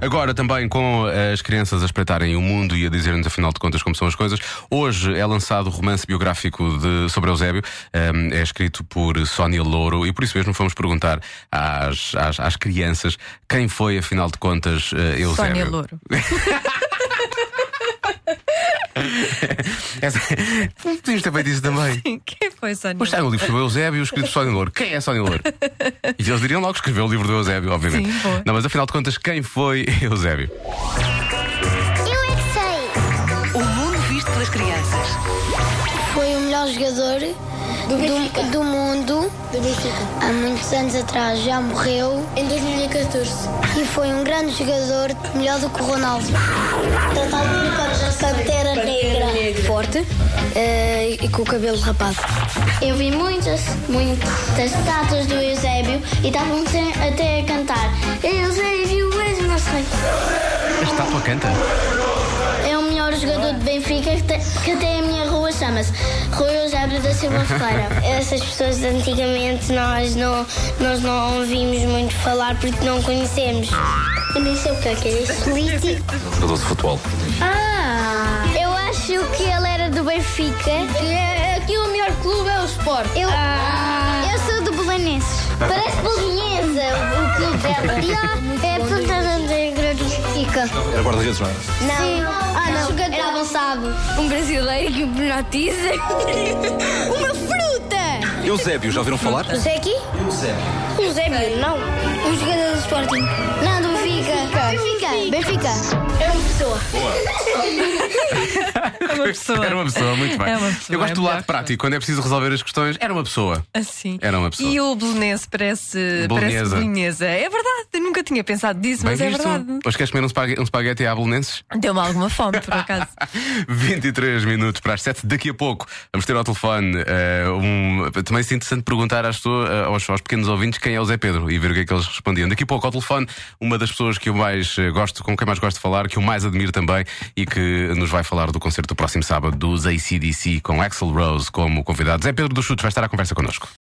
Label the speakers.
Speaker 1: Agora também com eh, as crianças a espreitarem o mundo e a dizer-nos afinal de contas como são as coisas. Hoje é lançado o romance biográfico de- sobre Eusébio. Hum, é escrito por Sónia Louro e por isso mesmo fomos perguntar às, às, às crianças quem foi afinal de contas eh, Eusébio.
Speaker 2: Sónia Louro.
Speaker 1: Essa- Podíamos ter feito isso também.
Speaker 2: Quem foi Sónia
Speaker 1: Mas
Speaker 2: Louro?
Speaker 1: está um livro sobre o Eusébio, escrito por Sónia Louro. Quem é Sónia Louro? E eles diriam logo que escreveu o livro do Eusébio, obviamente.
Speaker 2: Sim, boa.
Speaker 1: Não, mas afinal de contas, quem foi Eusébio?
Speaker 3: Eu é que sei.
Speaker 4: O mundo visto pelas crianças.
Speaker 3: Foi o melhor jogador do, do, mundo. Há muitos anos atrás já morreu. Em 2014. E foi um grande jogador, melhor do que o Ronaldo. Então, um Pantera negra. Forte. e com o cabelo rapado. Eu vi muitas, muitas estátuas do Eusébio e estavam até a cantar. Eusébio, és o nosso rei.
Speaker 1: A estátua canta.
Speaker 3: É o melhor jogador de Benfica que, te- que até a minha rua chama-se Rui Eusébio da Silva Ferreira. Essas pessoas de antigamente nós não, nós não ouvimos muito falar porque não conhecemos. Eu nem sei o que é que é isso. Político.
Speaker 5: Jogador de futebol.
Speaker 3: Ah! Eu acho que ele era do Benfica. é Aqui o melhor clube é o Sport. Ah. Eu, eu sou do Belenenses. Parece Belenense o clube dela. é Ponta Negra do Benfica.
Speaker 5: Era guarda-redes, não é?
Speaker 3: Não. Ah, não. Era avançado.
Speaker 6: Um brasileiro que hipnotiza. Uma fruta!
Speaker 5: Eusébio, já ouviram falar?
Speaker 3: O Zé aqui?
Speaker 5: Eusébio.
Speaker 3: O Zé não. Um jogador do Sporting. Não, do Benfica. Benfica. Benfica. É uma pessoa.
Speaker 2: É uma pessoa.
Speaker 1: Era uma pessoa, muito bem.
Speaker 2: É uma pessoa,
Speaker 1: Eu gosto
Speaker 2: é
Speaker 1: do
Speaker 2: melhor
Speaker 1: lado
Speaker 2: que
Speaker 1: prático, quando é preciso resolver as questões, era uma pessoa.
Speaker 2: Assim.
Speaker 1: Era uma pessoa.
Speaker 2: E o Belenense parece
Speaker 1: Bolonhesa.
Speaker 2: parece Bolonhesa. É verdade, eu nunca tinha pensado disso, mas
Speaker 1: Bem
Speaker 2: é
Speaker 1: visto.
Speaker 2: verdade.
Speaker 1: Hoje queres comer um spague- um espaguete à bolonenses?
Speaker 2: Deu-me alguma fome, por acaso.
Speaker 1: 23 minutos para as 7. Daqui a pouco vamos ter ao telefone eh, um- Também é interessante perguntar às pessoas, eh, aos, aos pequenos ouvintes quem é o Zé Pedro e ver o que é que eles respondiam. Daqui a pouco ao telefone, uma das pessoas que eu mais eh, gosto, com quem mais gosto de falar, que eu mais admiro também e que nos vai falar do concerto do próximo sábado dos ACDC com Axel Rose como convidado. Zé Pedro dos Chutes vai estar à conversa connosco.